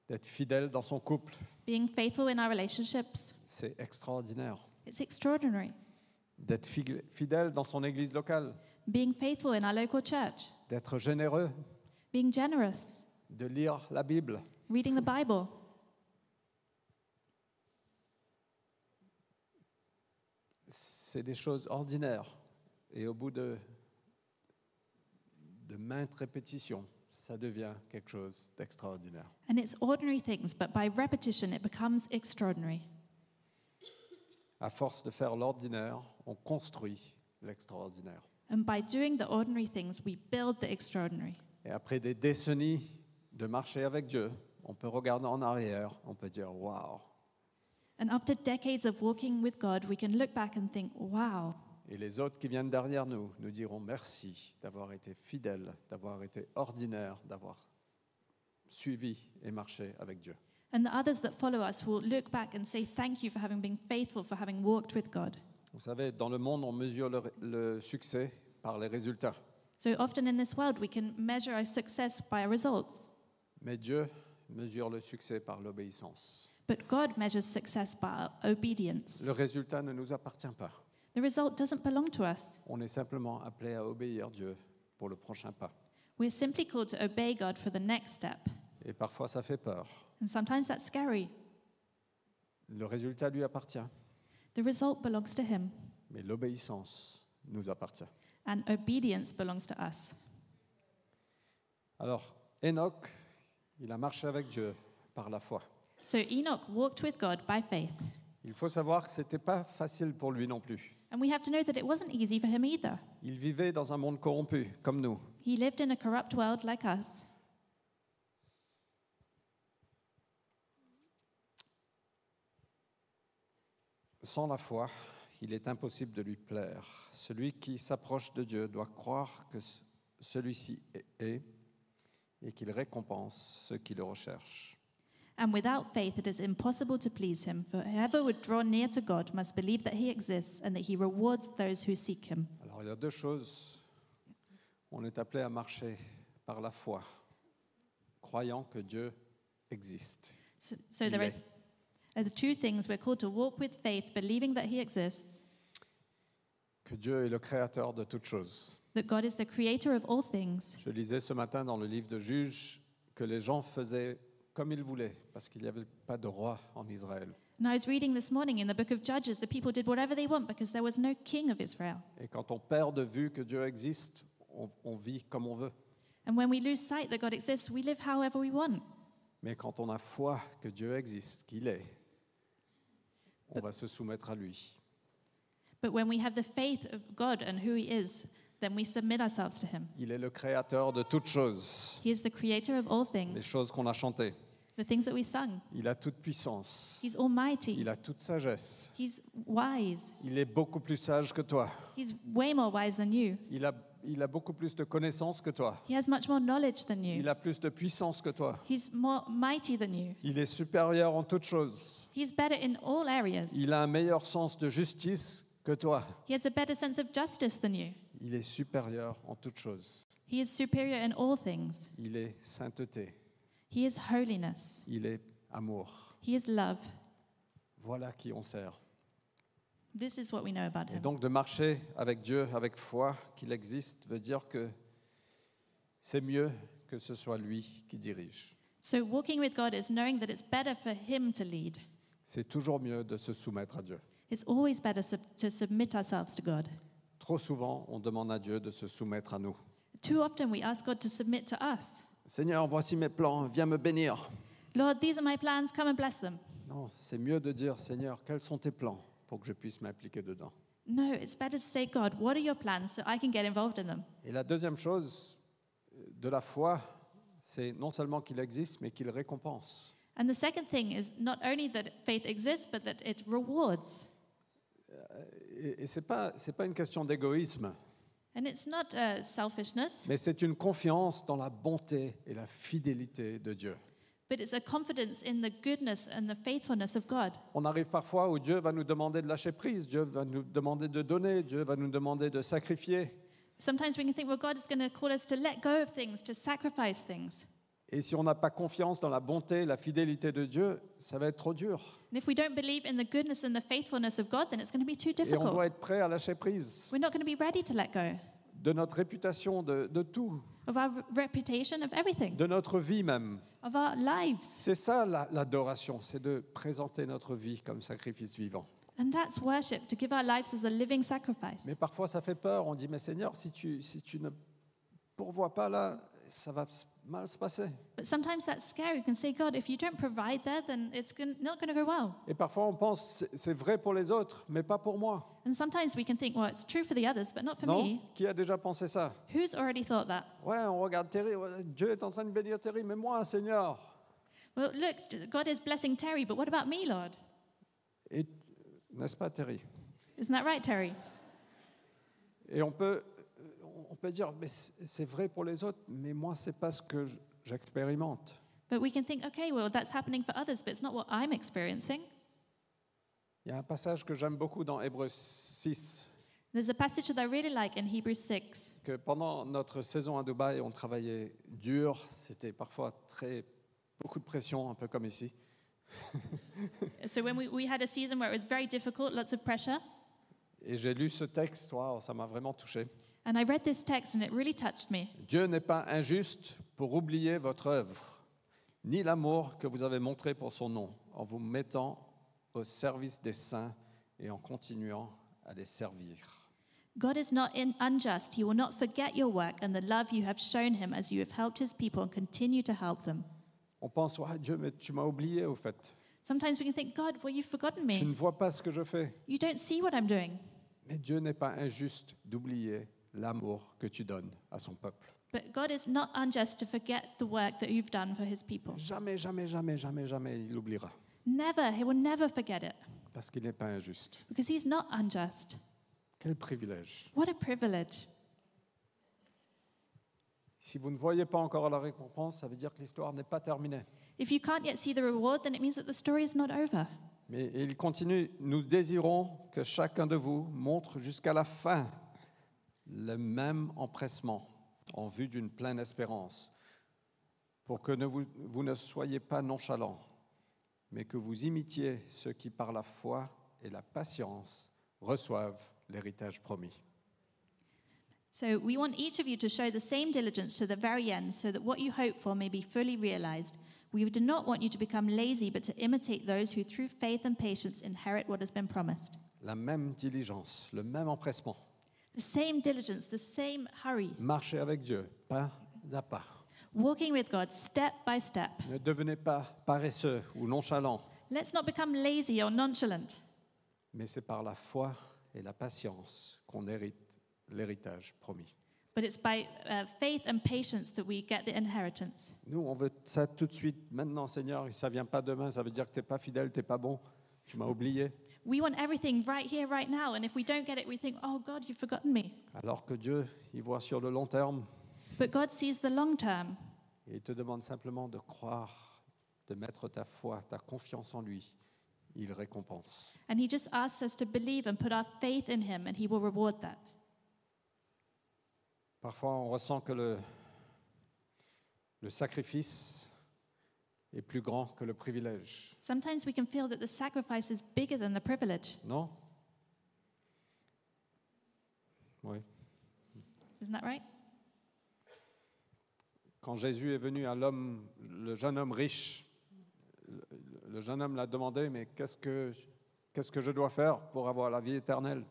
[SPEAKER 3] d'être fidèle dans son couple.
[SPEAKER 4] being faithful in our relationships.
[SPEAKER 3] C'est extraordinaire.
[SPEAKER 4] It's extraordinary.
[SPEAKER 3] D'être fig- fidèle dans son église locale,
[SPEAKER 4] Being faithful in our local church,
[SPEAKER 3] d'être généreux,
[SPEAKER 4] being generous,
[SPEAKER 3] de lire la Bible.
[SPEAKER 4] reading the Bible.
[SPEAKER 3] C'est des choses ordinaires. Et au bout de, de maintes répétitions, ça devient quelque chose d'extraordinaire.
[SPEAKER 4] And it's ordinary things, but by repetition, it becomes extraordinary.
[SPEAKER 3] À force de faire l'ordinaire, on construit l'extraordinaire.
[SPEAKER 4] And by doing the ordinary things, we build the extraordinary.
[SPEAKER 3] Et après des décennies de marcher avec Dieu, on peut regarder en arrière, on peut dire waouh.
[SPEAKER 4] And after decades of walking with God, we can look back and think, wow,
[SPEAKER 3] Et les autres qui viennent derrière nous nous diront merci d'avoir été fidèles, d'avoir été ordinaires, d'avoir suivi et marché avec Dieu.
[SPEAKER 4] And the others that follow us will look back and say, Thank you for having been faithful, for having walked with God.
[SPEAKER 3] Vous savez, dans le monde, on mesure le, le succès par les résultats.
[SPEAKER 4] So often in this world, we can measure our success by our results,
[SPEAKER 3] Mais Dieu mesure le succès par l'obéissance.
[SPEAKER 4] but God measures success by our obedience.
[SPEAKER 3] Le résultat ne nous appartient pas.
[SPEAKER 4] The result doesn't belong to us.
[SPEAKER 3] On est simplement appelé à obéir Dieu pour le prochain pas.
[SPEAKER 4] We're simply called to obey God for the next step.
[SPEAKER 3] Et parfois, ça fait peur.
[SPEAKER 4] And sometimes that's scary.
[SPEAKER 3] Le résultat lui appartient,
[SPEAKER 4] The result belongs to Him,
[SPEAKER 3] mais l'obéissance nous appartient.
[SPEAKER 4] and obedience belongs to us.
[SPEAKER 3] Alors, Enoch, il a marché avec Dieu par la foi.
[SPEAKER 4] So Enoch walked with God by faith.
[SPEAKER 3] Il faut savoir que ce n'était pas facile pour lui non plus.
[SPEAKER 4] And we have to know that it wasn't easy for him either.
[SPEAKER 3] Il vivait dans un monde corrompu, comme nous.
[SPEAKER 4] He lived in a corrupt world like us.
[SPEAKER 3] Sans la foi, il est impossible de lui plaire. Celui qui s'approche de Dieu doit croire que ce- celui-ci est- est et qu'il récompense ceux qui le recherchent.
[SPEAKER 4] And without faith, it is impossible to please him, for whoever would draw near to God must believe that he exists and that he rewards those who seek him.
[SPEAKER 3] Alors il y a deux choses. On est appelé à marcher par la foi, croyant que Dieu existe.
[SPEAKER 4] So, so there are,
[SPEAKER 3] Amen.
[SPEAKER 4] are the two things we're called to walk with faith, believing that he exists,
[SPEAKER 3] que Dieu est le créateur de toutes choses.
[SPEAKER 4] that God is the creator of all things.
[SPEAKER 3] Je lisais ce matin dans le livre de Juges que les gens faisaient comme ils voulaient, parce qu'il n'y avait pas de roi en Israël.
[SPEAKER 4] And I was reading this morning in the book of Judges, the people did whatever they want because there was no king of Israel.
[SPEAKER 3] Et quand on perd de vue que Dieu existe, on, on vit comme on veut.
[SPEAKER 4] And when we lose sight that God exists, we live however we want.
[SPEAKER 3] Mais quand on a foi que Dieu existe, qu'il est, on va se soumettre à lui.
[SPEAKER 4] But when we have the faith of God and who he is, then we submit ourselves to him.
[SPEAKER 3] Il est le créateur de toutes choses,
[SPEAKER 4] He is the creator of all
[SPEAKER 3] les
[SPEAKER 4] things,
[SPEAKER 3] choses qu'on a chantées.
[SPEAKER 4] the things that we sung.
[SPEAKER 3] Il a toute puissance.
[SPEAKER 4] He's almighty.
[SPEAKER 3] Il a toute sagesse.
[SPEAKER 4] He's wise.
[SPEAKER 3] Il est beaucoup plus sage que toi.
[SPEAKER 4] He's way more wise than you.
[SPEAKER 3] Il a, il a beaucoup plus de connaissances que toi.
[SPEAKER 4] He has much more knowledge than you.
[SPEAKER 3] Il a plus de puissance que toi.
[SPEAKER 4] He's more mighty than you.
[SPEAKER 3] Il est supérieur en toutes choses.
[SPEAKER 4] He's better in all areas.
[SPEAKER 3] Il a un meilleur sens de justice que toi.
[SPEAKER 4] He has a better sense of justice than you.
[SPEAKER 3] Il est supérieur en toutes choses.
[SPEAKER 4] He is superior in all things.
[SPEAKER 3] Il est sainteté.
[SPEAKER 4] He is holiness.
[SPEAKER 3] Il est amour.
[SPEAKER 4] He is love.
[SPEAKER 3] Voilà qui on sert.
[SPEAKER 4] This is what we know about
[SPEAKER 3] Et
[SPEAKER 4] him.
[SPEAKER 3] donc de marcher avec Dieu, avec foi qu'il existe, veut dire que c'est mieux que ce soit lui qui dirige.
[SPEAKER 4] So, walking with God is knowing that it's better for him to lead.
[SPEAKER 3] C'est toujours mieux de se soumettre à Dieu.
[SPEAKER 4] It's always better sub- to submit ourselves to God.
[SPEAKER 3] Trop souvent, on demande à Dieu de se soumettre à nous.
[SPEAKER 4] Too often we ask God to submit to us.
[SPEAKER 3] Seigneur, voici mes plans, viens me bénir.
[SPEAKER 4] Lord, these are my plans, come and bless them.
[SPEAKER 3] Non, c'est mieux de dire, Seigneur, quels sont tes plans pour que je puisse m'impliquer dedans.
[SPEAKER 4] No, it's better to say, God, what are your plans so I can get involved in them?
[SPEAKER 3] Et la deuxième chose euh, de la foi, c'est non seulement qu'il existe, mais qu'il récompense.
[SPEAKER 4] And the second thing is not only that faith exists, but that it rewards.
[SPEAKER 3] Et, et c'est pas, c'est pas une question d'égoïsme.
[SPEAKER 4] And And it's not uh, selfishness,
[SPEAKER 3] mais c'est une confiance dans la bonté et la fidélité de Dieu.
[SPEAKER 4] but it's a confidence in the goodness and the faithfulness of God.
[SPEAKER 3] On arrive parfois où Dieu va nous demander de lâcher prise, Dieu va nous demander de donner, Dieu va nous demander de sacrifier.
[SPEAKER 4] Sometimes we can think, well, God is going to call us to let go of things, to sacrifice things.
[SPEAKER 3] Et si on n'a pas confiance dans la bonté, la fidélité de Dieu, ça va être trop dur.
[SPEAKER 4] And if we don't believe in the goodness and the faithfulness of God, then it's going to be too
[SPEAKER 3] Et on
[SPEAKER 4] difficult.
[SPEAKER 3] doit être prêt à lâcher prise
[SPEAKER 4] We're not going to be ready to let go
[SPEAKER 3] de notre réputation, de, de tout,
[SPEAKER 4] of our re- reputation, of everything,
[SPEAKER 3] de notre vie même.
[SPEAKER 4] of our lives.
[SPEAKER 3] C'est ça la- l'adoration, c'est de présenter notre vie comme sacrifice vivant.
[SPEAKER 4] And that's worship, to give our lives as a living sacrifice.
[SPEAKER 3] Mais parfois ça fait peur, on dit, mais Seigneur, si tu, si tu ne pourvois pas là, ça va s- mal se passer.
[SPEAKER 4] But sometimes that's scary. You can say, God, if you don't provide there, then it's gon- not going to go well.
[SPEAKER 3] Et parfois on pense, c'est- c'est vrai pour les autres, mais pas pour moi.
[SPEAKER 4] And sometimes we can think, well, it's true for the others, but not for
[SPEAKER 3] non
[SPEAKER 4] me.
[SPEAKER 3] Qui a déjà pensé ça
[SPEAKER 4] Who's already thought that?
[SPEAKER 3] Ouais, on regarde Terry, ouais, Dieu est en train de bénir Terry, mais moi, Seigneur.
[SPEAKER 4] Well, look, God is blessing Terry, but what about me, Lord?
[SPEAKER 3] Et, n'est-ce pas, Terry
[SPEAKER 4] Isn't that right, Terry?
[SPEAKER 3] Et on peut, euh, on peut dire, mais c'est c'est vrai pour les autres, mais moi, c'est pas ce que j- j'expérimente.
[SPEAKER 4] But we can think, okay, well, that's happening for others, but it's not what I'm experiencing.
[SPEAKER 3] Il y a un passage que j'aime beaucoup dans Hébreux 6,
[SPEAKER 4] There's a passage that I really like in Hebrews 6.
[SPEAKER 3] que pendant notre saison à Dubaï, on travaillait dur, c'était parfois très, beaucoup de pression, un peu comme ici.
[SPEAKER 4] So when we, we had a season where it was very difficult, lots of pressure,
[SPEAKER 3] Et j'ai lu ce texte, waouh, ça m'a vraiment touché.
[SPEAKER 4] and I read this text and it really touched me.
[SPEAKER 3] Dieu n'est pas injuste pour oublier votre œuvre, ni l'amour que vous avez montré pour son nom, en vous mettant au service des saints et en continuant à les servir.
[SPEAKER 4] God is not in unjust. He will not forget your work and the love you have shown him as you have helped his people and continue to help them.
[SPEAKER 3] On pense, ouais, Dieu, mais tu m'as oublié au fait.
[SPEAKER 4] Sometimes we can think, God, well, you've forgotten
[SPEAKER 3] Tu ne
[SPEAKER 4] me.
[SPEAKER 3] vois pas ce que je fais.
[SPEAKER 4] You don't see what I'm doing.
[SPEAKER 3] Mais Dieu n'est pas injuste d'oublier l'amour que tu donnes à son peuple.
[SPEAKER 4] But God is not unjust to forget the work that you've done for his people.
[SPEAKER 3] Jamais, jamais, jamais, jamais, jamais il l'oubliera.
[SPEAKER 4] Never, he will never forget it
[SPEAKER 3] Parce qu'il n'est pas injuste.
[SPEAKER 4] because he's not unjust.
[SPEAKER 3] Quel privilège.
[SPEAKER 4] What a privilege.
[SPEAKER 3] Si vous ne voyez pas encore la récompense, ça veut dire que l'histoire n'est pas terminée.
[SPEAKER 4] If you can't yet see the reward, then it means that the story is not over.
[SPEAKER 3] Mais il continue, nous désirons que chacun de vous montre jusqu'à la fin le même empressement en vue d'une pleine espérance, pour que ne vous, vous ne soyez pas nonchalants, mais que vous imitiez ceux qui par la foi et la patience reçoivent l'héritage promis.
[SPEAKER 4] So we want each of you to show the same diligence to the very end so that what you hope for may be fully realized. We do not want you to become lazy, but to imitate those who through faith and patience inherit what has been promised.
[SPEAKER 3] La même diligence, le même empressement,
[SPEAKER 4] The same diligence, the same hurry,
[SPEAKER 3] marchez avec Dieu, pas à pas.
[SPEAKER 4] walking with God step by step.
[SPEAKER 3] Ne devenez pas paresseux ou nonchalants,
[SPEAKER 4] Let's not become lazy or nonchalant,
[SPEAKER 3] Mais c'est par la foi et la patience qu'on hérite l'héritage promis.
[SPEAKER 4] but it's by uh, faith and patience that we get the inheritance.
[SPEAKER 3] Nous, on veut ça tout de suite, maintenant, Seigneur, et ça vient pas demain, ça veut dire que tu n'es pas fidèle, tu n'es pas bon, tu m'as oublié.
[SPEAKER 4] We want everything right here, right now, and if we don't get it, we think, oh God, you've forgotten me.
[SPEAKER 3] Alors que Dieu, il voit sur le long terme
[SPEAKER 4] But God sees the long term.
[SPEAKER 3] et il te demande simplement de croire, de mettre ta foi, ta confiance en lui. Il récompense.
[SPEAKER 4] And he just asks us to believe and put our faith in him, and he will reward that.
[SPEAKER 3] Parfois, on ressent que le, le sacrifice est plus grand que le privilège.
[SPEAKER 4] Sometimes we can feel that the sacrifice is bigger than the privilege.
[SPEAKER 3] Non Oui.
[SPEAKER 4] Isn't that right?
[SPEAKER 3] Quand Jésus est venu à l'homme, le jeune homme riche, le- le jeune homme l'a demandé, mais qu'est-ce que, qu'est-ce que je dois faire pour avoir la vie éternelle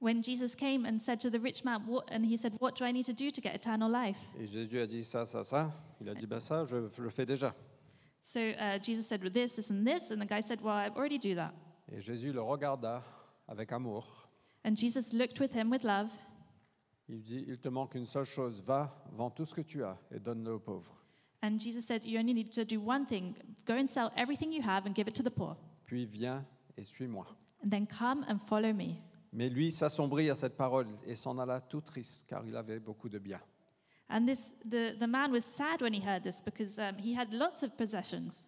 [SPEAKER 4] When Jesus came and said to the rich man, what, and he said, What do I need to do to get eternal life?
[SPEAKER 3] Et Jésus a dit ça, ça, ça. Il a dit, ben ça, je le fais déjà.
[SPEAKER 4] So uh, Jesus said, Well, this, this, and this. And the guy said, Well, I already do that.
[SPEAKER 3] Et Jésus le regarda avec amour.
[SPEAKER 4] And Jesus looked with him with love,
[SPEAKER 3] Il dit, il te manque une seule chose, va, vends tout ce que tu as et donne-le aux pauvres.
[SPEAKER 4] and Jesus said, You only need to do one thing go and sell everything you have and give it to the poor,
[SPEAKER 3] Puis viens et suis-moi.
[SPEAKER 4] and then come and follow me.
[SPEAKER 3] Mais lui s'assombrit à cette parole et s'en alla tout triste, car il avait beaucoup de biens.
[SPEAKER 4] And this, the, the man was sad when he heard this because um, he had lots of possessions.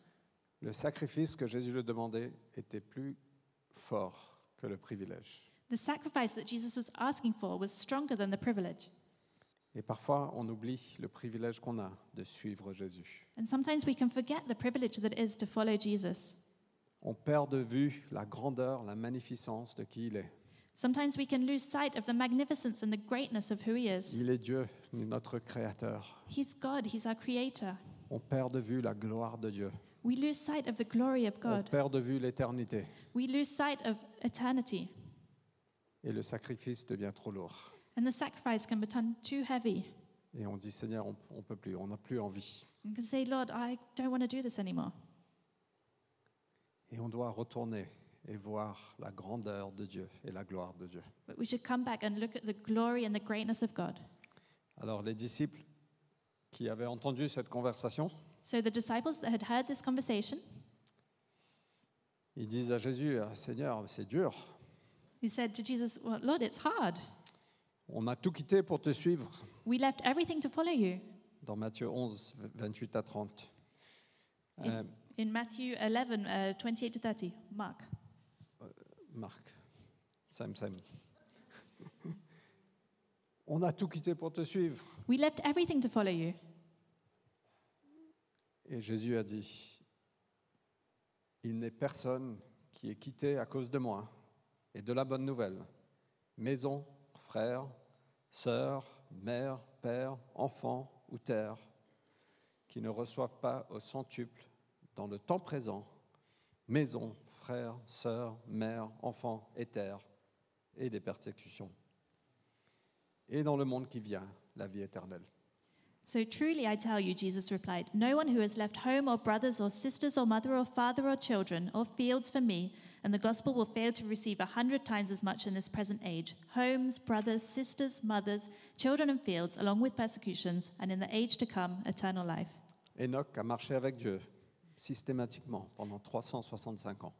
[SPEAKER 3] Le sacrifice que Jésus le demandait était plus fort que le privilège.
[SPEAKER 4] The sacrifice that Jesus was asking for was stronger than the privilege.
[SPEAKER 3] Et parfois, on oublie le privilège qu'on a de suivre Jésus.
[SPEAKER 4] And sometimes we can forget the privilege that it is to follow Jesus.
[SPEAKER 3] On perd de vue la grandeur, la magnificence de qui il est.
[SPEAKER 4] Sometimes we can lose sight of the magnificence and the greatness of who he is.
[SPEAKER 3] Il est Dieu, notre Créateur.
[SPEAKER 4] He's God, he's our creator.
[SPEAKER 3] On perd de vue la gloire de Dieu.
[SPEAKER 4] We lose sight of the glory of
[SPEAKER 3] On
[SPEAKER 4] God.
[SPEAKER 3] perd de vue l'éternité.
[SPEAKER 4] We lose sight of eternity,
[SPEAKER 3] Et le sacrifice devient trop lourd.
[SPEAKER 4] and the sacrifice can become too heavy.
[SPEAKER 3] Et on dit, Seigneur, on ne peut plus, on n'a plus envie.
[SPEAKER 4] You can say, Lord, I don't want to do this anymore.
[SPEAKER 3] Et on doit retourner et voir la grandeur de Dieu et la gloire de Dieu.
[SPEAKER 4] But we should come back and look at the glory and the greatness of God.
[SPEAKER 3] Alors les disciples qui avaient entendu cette conversation,
[SPEAKER 4] So the disciples that had heard this conversation,
[SPEAKER 3] ils disent à Jésus, Ah, Seigneur, c'est dur.
[SPEAKER 4] who said to Jesus, well, Lord, it's hard.
[SPEAKER 3] On a tout quitté pour te suivre.
[SPEAKER 4] We left everything to follow you.
[SPEAKER 3] Dans Matthieu 11, 28 à 30.
[SPEAKER 4] Et-
[SPEAKER 3] Euh,
[SPEAKER 4] In Matthew 11, uh, 28 to 30, Mark.
[SPEAKER 3] Marc, Sam, Sam. On a tout quitté pour te suivre.
[SPEAKER 4] We left everything to follow you.
[SPEAKER 3] Et Jésus a dit, Il n'est personne qui est quitté à cause de moi et de la bonne nouvelle. Maison, frère, sœur, mère, père, enfant ou terre, qui ne reçoivent pas au centuple dans le temps présent, maison, frère, sœur, mère, enfant et terre, et des persécutions. Et dans le monde qui vient, la vie éternelle.
[SPEAKER 4] So truly I tell you, Jesus replied, no one who has left home or brothers or sisters or mother or father or children or fields for me and the gospel will fail to receive a hundred times as much in this present age homes, brothers, sisters, mothers, children, and fields, along with persecutions, and in the age to come, eternal life.
[SPEAKER 3] Enoch a marché avec Dieu systématiquement pendant 365 ans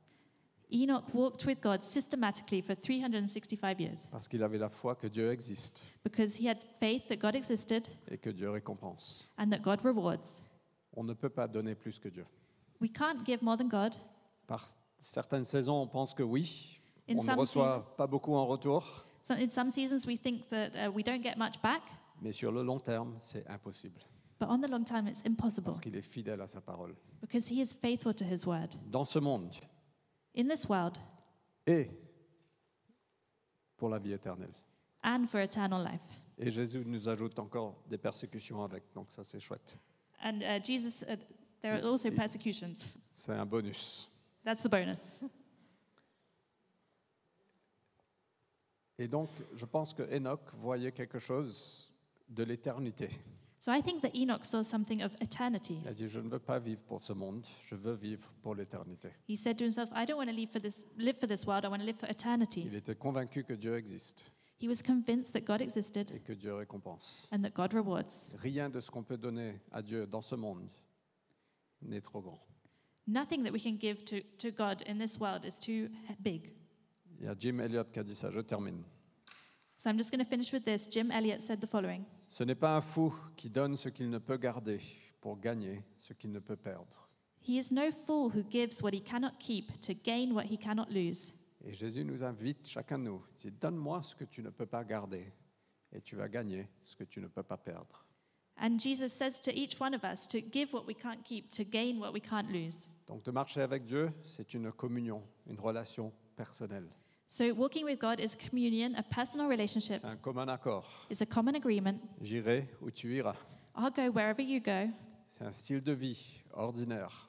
[SPEAKER 4] Enoch walked with God systematically for 365 years
[SPEAKER 3] parce qu'il avait la foi que Dieu existe
[SPEAKER 4] because he had faith that God existed
[SPEAKER 3] et que Dieu récompense.
[SPEAKER 4] and that God rewards.
[SPEAKER 3] On ne peut pas donner plus que Dieu.
[SPEAKER 4] We can't give more than God.
[SPEAKER 3] Par certaines saisons, on pense que oui,
[SPEAKER 4] In
[SPEAKER 3] on ne
[SPEAKER 4] some
[SPEAKER 3] reçoit
[SPEAKER 4] season-
[SPEAKER 3] pas beaucoup en retour,
[SPEAKER 4] So in some seasons, we think that uh, we don't get much back,
[SPEAKER 3] mais sur le long terme, c'est impossible
[SPEAKER 4] but on the long term, it's impossible.
[SPEAKER 3] parce qu'il est fidèle à sa parole.
[SPEAKER 4] Because he is faithful to his word.
[SPEAKER 3] Dans ce monde
[SPEAKER 4] In this world
[SPEAKER 3] et pour la vie éternelle.
[SPEAKER 4] and for eternal life.
[SPEAKER 3] Et Jésus nous ajoute encore des persécutions avec, donc ça c'est chouette.
[SPEAKER 4] And uh, Jesus, uh, there are also persecutions.
[SPEAKER 3] C'est un bonus.
[SPEAKER 4] That's the bonus.
[SPEAKER 3] Et donc, je pense que Enoch voyait quelque chose de l'éternité.
[SPEAKER 4] So I think that Enoch saw something of eternity.
[SPEAKER 3] Il a dit, je ne veux pas vivre pour ce monde, je veux vivre pour l'éternité.
[SPEAKER 4] He said to himself, I don't want to live for this, live for this world, I want to live for eternity.
[SPEAKER 3] Il était convaincu que Dieu existe
[SPEAKER 4] He was convinced that God existed
[SPEAKER 3] et que Dieu récompense.
[SPEAKER 4] and that God rewards.
[SPEAKER 3] Rien de ce qu'on peut donner à Dieu dans ce monde n'est trop grand.
[SPEAKER 4] Nothing that we can give to, to God in this world is too big.
[SPEAKER 3] Il y a Jim Elliot qui a dit ça, je termine.
[SPEAKER 4] So I'm just going to finish with this. Jim Elliot said the following.
[SPEAKER 3] Ce n'est pas un fou qui donne ce qu'il ne peut garder pour gagner ce qu'il ne peut perdre.
[SPEAKER 4] He is no fool who gives what he cannot keep to gain what he cannot lose.
[SPEAKER 3] Et Jésus nous invite, chacun de nous, il dit, donne-moi ce que tu ne peux pas garder et tu vas gagner ce que tu ne peux pas perdre.
[SPEAKER 4] And Jesus says to each one of us to give what we can't keep, to gain what we can't lose.
[SPEAKER 3] Donc de marcher avec Dieu, c'est une communion, une relation personnelle.
[SPEAKER 4] So, walking with God is communion, a personal relationship,
[SPEAKER 3] C'est un commun accord.
[SPEAKER 4] it's a common agreement.
[SPEAKER 3] J'irai où tu iras.
[SPEAKER 4] I'll go wherever you go.
[SPEAKER 3] C'est un style de vie ordinaire.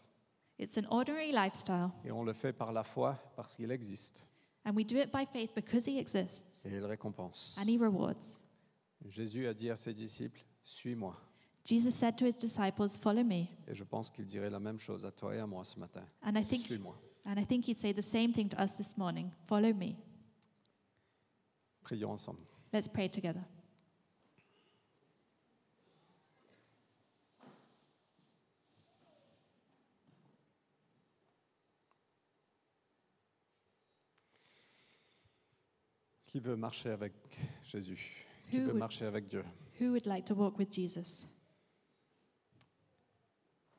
[SPEAKER 4] It's an ordinary lifestyle,
[SPEAKER 3] Et on le fait par la foi parce qu'il existe
[SPEAKER 4] and we do it by faith because He exists
[SPEAKER 3] et il récompense.
[SPEAKER 4] and He rewards.
[SPEAKER 3] Jésus a dit à ses disciples, suis-moi.
[SPEAKER 4] Jesus said to His disciples, Follow me.
[SPEAKER 3] Et je pense qu'il dirait la même chose à toi et à moi ce matin.
[SPEAKER 4] And I think,
[SPEAKER 3] Suis-moi.
[SPEAKER 4] and I think He'd say the same thing to us this morning Follow me.
[SPEAKER 3] Prions ensemble.
[SPEAKER 4] Let's pray together.
[SPEAKER 3] Qui veut marcher avec Jésus Qui
[SPEAKER 4] Who
[SPEAKER 3] veut
[SPEAKER 4] would-
[SPEAKER 3] marcher avec Dieu
[SPEAKER 4] Who would like to walk with Jesus?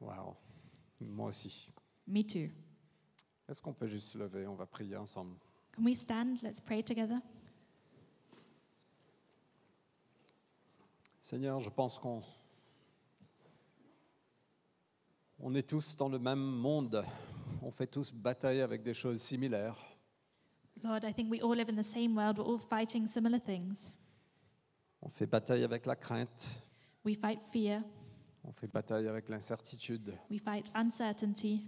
[SPEAKER 3] Waouh, moi aussi.
[SPEAKER 4] Me too.
[SPEAKER 3] Est-ce qu'on peut juste se lever On va prier ensemble.
[SPEAKER 4] Can we stand? Let's pray together.
[SPEAKER 3] Seigneur, je pense qu'on on est tous dans le même monde. On fait tous bataille avec des choses similaires.
[SPEAKER 4] Lord, I think we all live in the same world. We're all fighting similar things.
[SPEAKER 3] On fait bataille avec la crainte.
[SPEAKER 4] We fight fear,
[SPEAKER 3] On fait bataille avec l'incertitude.
[SPEAKER 4] we fight uncertainty.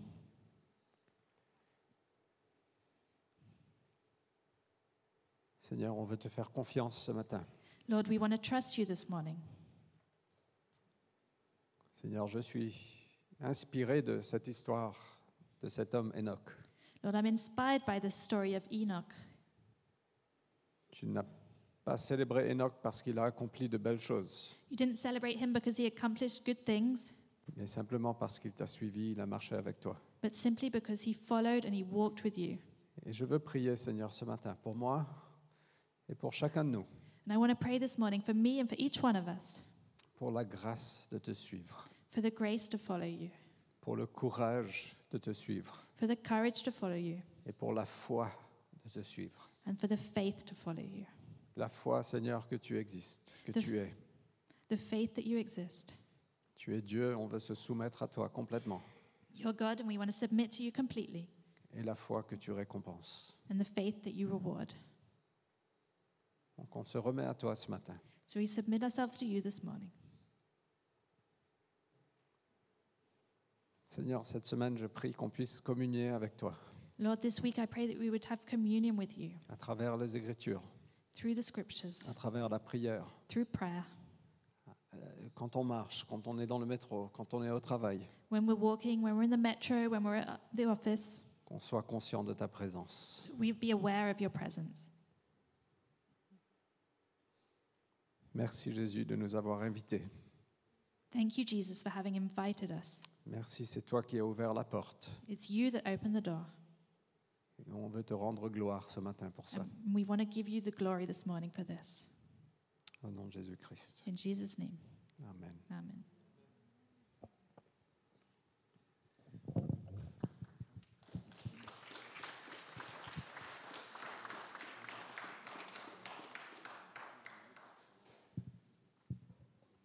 [SPEAKER 3] Seigneur, on veut te faire confiance ce matin.
[SPEAKER 4] Lord, we want to trust you this morning.
[SPEAKER 3] Seigneur, je suis inspiré de cette histoire de cet homme Enoch.
[SPEAKER 4] Lord, I'm inspired by the story of Enoch.
[SPEAKER 3] Tu n'as pas célébré Enoch parce qu'il a accompli de belles choses,
[SPEAKER 4] You didn't celebrate him because he accomplished good things,
[SPEAKER 3] mais simplement parce qu'il t'a suivi, il a marché avec toi.
[SPEAKER 4] but simply because he followed and he walked with you.
[SPEAKER 3] Et je veux prier, Seigneur, ce matin, pour moi et pour chacun de nous,
[SPEAKER 4] And I want to pray this morning for me and for each one of us
[SPEAKER 3] pour la grâce de te suivre,
[SPEAKER 4] for the grace to follow you,
[SPEAKER 3] pour le courage de te suivre
[SPEAKER 4] for the courage to follow you,
[SPEAKER 3] et pour la foi de te suivre.
[SPEAKER 4] and for the faith to follow you.
[SPEAKER 3] La foi, Seigneur, que tu existes, que
[SPEAKER 4] De-
[SPEAKER 3] tu es.
[SPEAKER 4] The faith that you exist.
[SPEAKER 3] Tu es Dieu, on veut se soumettre à toi complètement.
[SPEAKER 4] You're God, and we want to submit to you completely,
[SPEAKER 3] Et la foi que tu récompenses.
[SPEAKER 4] and the faith that you reward.
[SPEAKER 3] Donc on se remet à toi ce matin.
[SPEAKER 4] So we submit ourselves to you this morning.
[SPEAKER 3] Seigneur, cette semaine, je prie qu'on puisse communier avec toi
[SPEAKER 4] Lord, this week I pray that we would have communion with you
[SPEAKER 3] à travers les Écritures,
[SPEAKER 4] through the scriptures,
[SPEAKER 3] à travers la prière,
[SPEAKER 4] through prayer,
[SPEAKER 3] euh, quand on marche, quand on est dans le métro, quand on est au travail,
[SPEAKER 4] when we're walking, when we're in the metro, when we're at the office.
[SPEAKER 3] qu'on soit conscient de ta présence.
[SPEAKER 4] We be aware of your presence.
[SPEAKER 3] Merci Jésus de nous avoir invités.
[SPEAKER 4] Thank you, Jesus, for having invited us.
[SPEAKER 3] Merci, c'est toi qui as ouvert la porte.
[SPEAKER 4] It's you that opened the door.
[SPEAKER 3] Et on veut te rendre gloire ce matin pour ça.
[SPEAKER 4] And we want to give you the glory this morning for this.
[SPEAKER 3] Au nom de Jésus-Christ.
[SPEAKER 4] In Jesus' name,
[SPEAKER 3] Amen.
[SPEAKER 4] amen.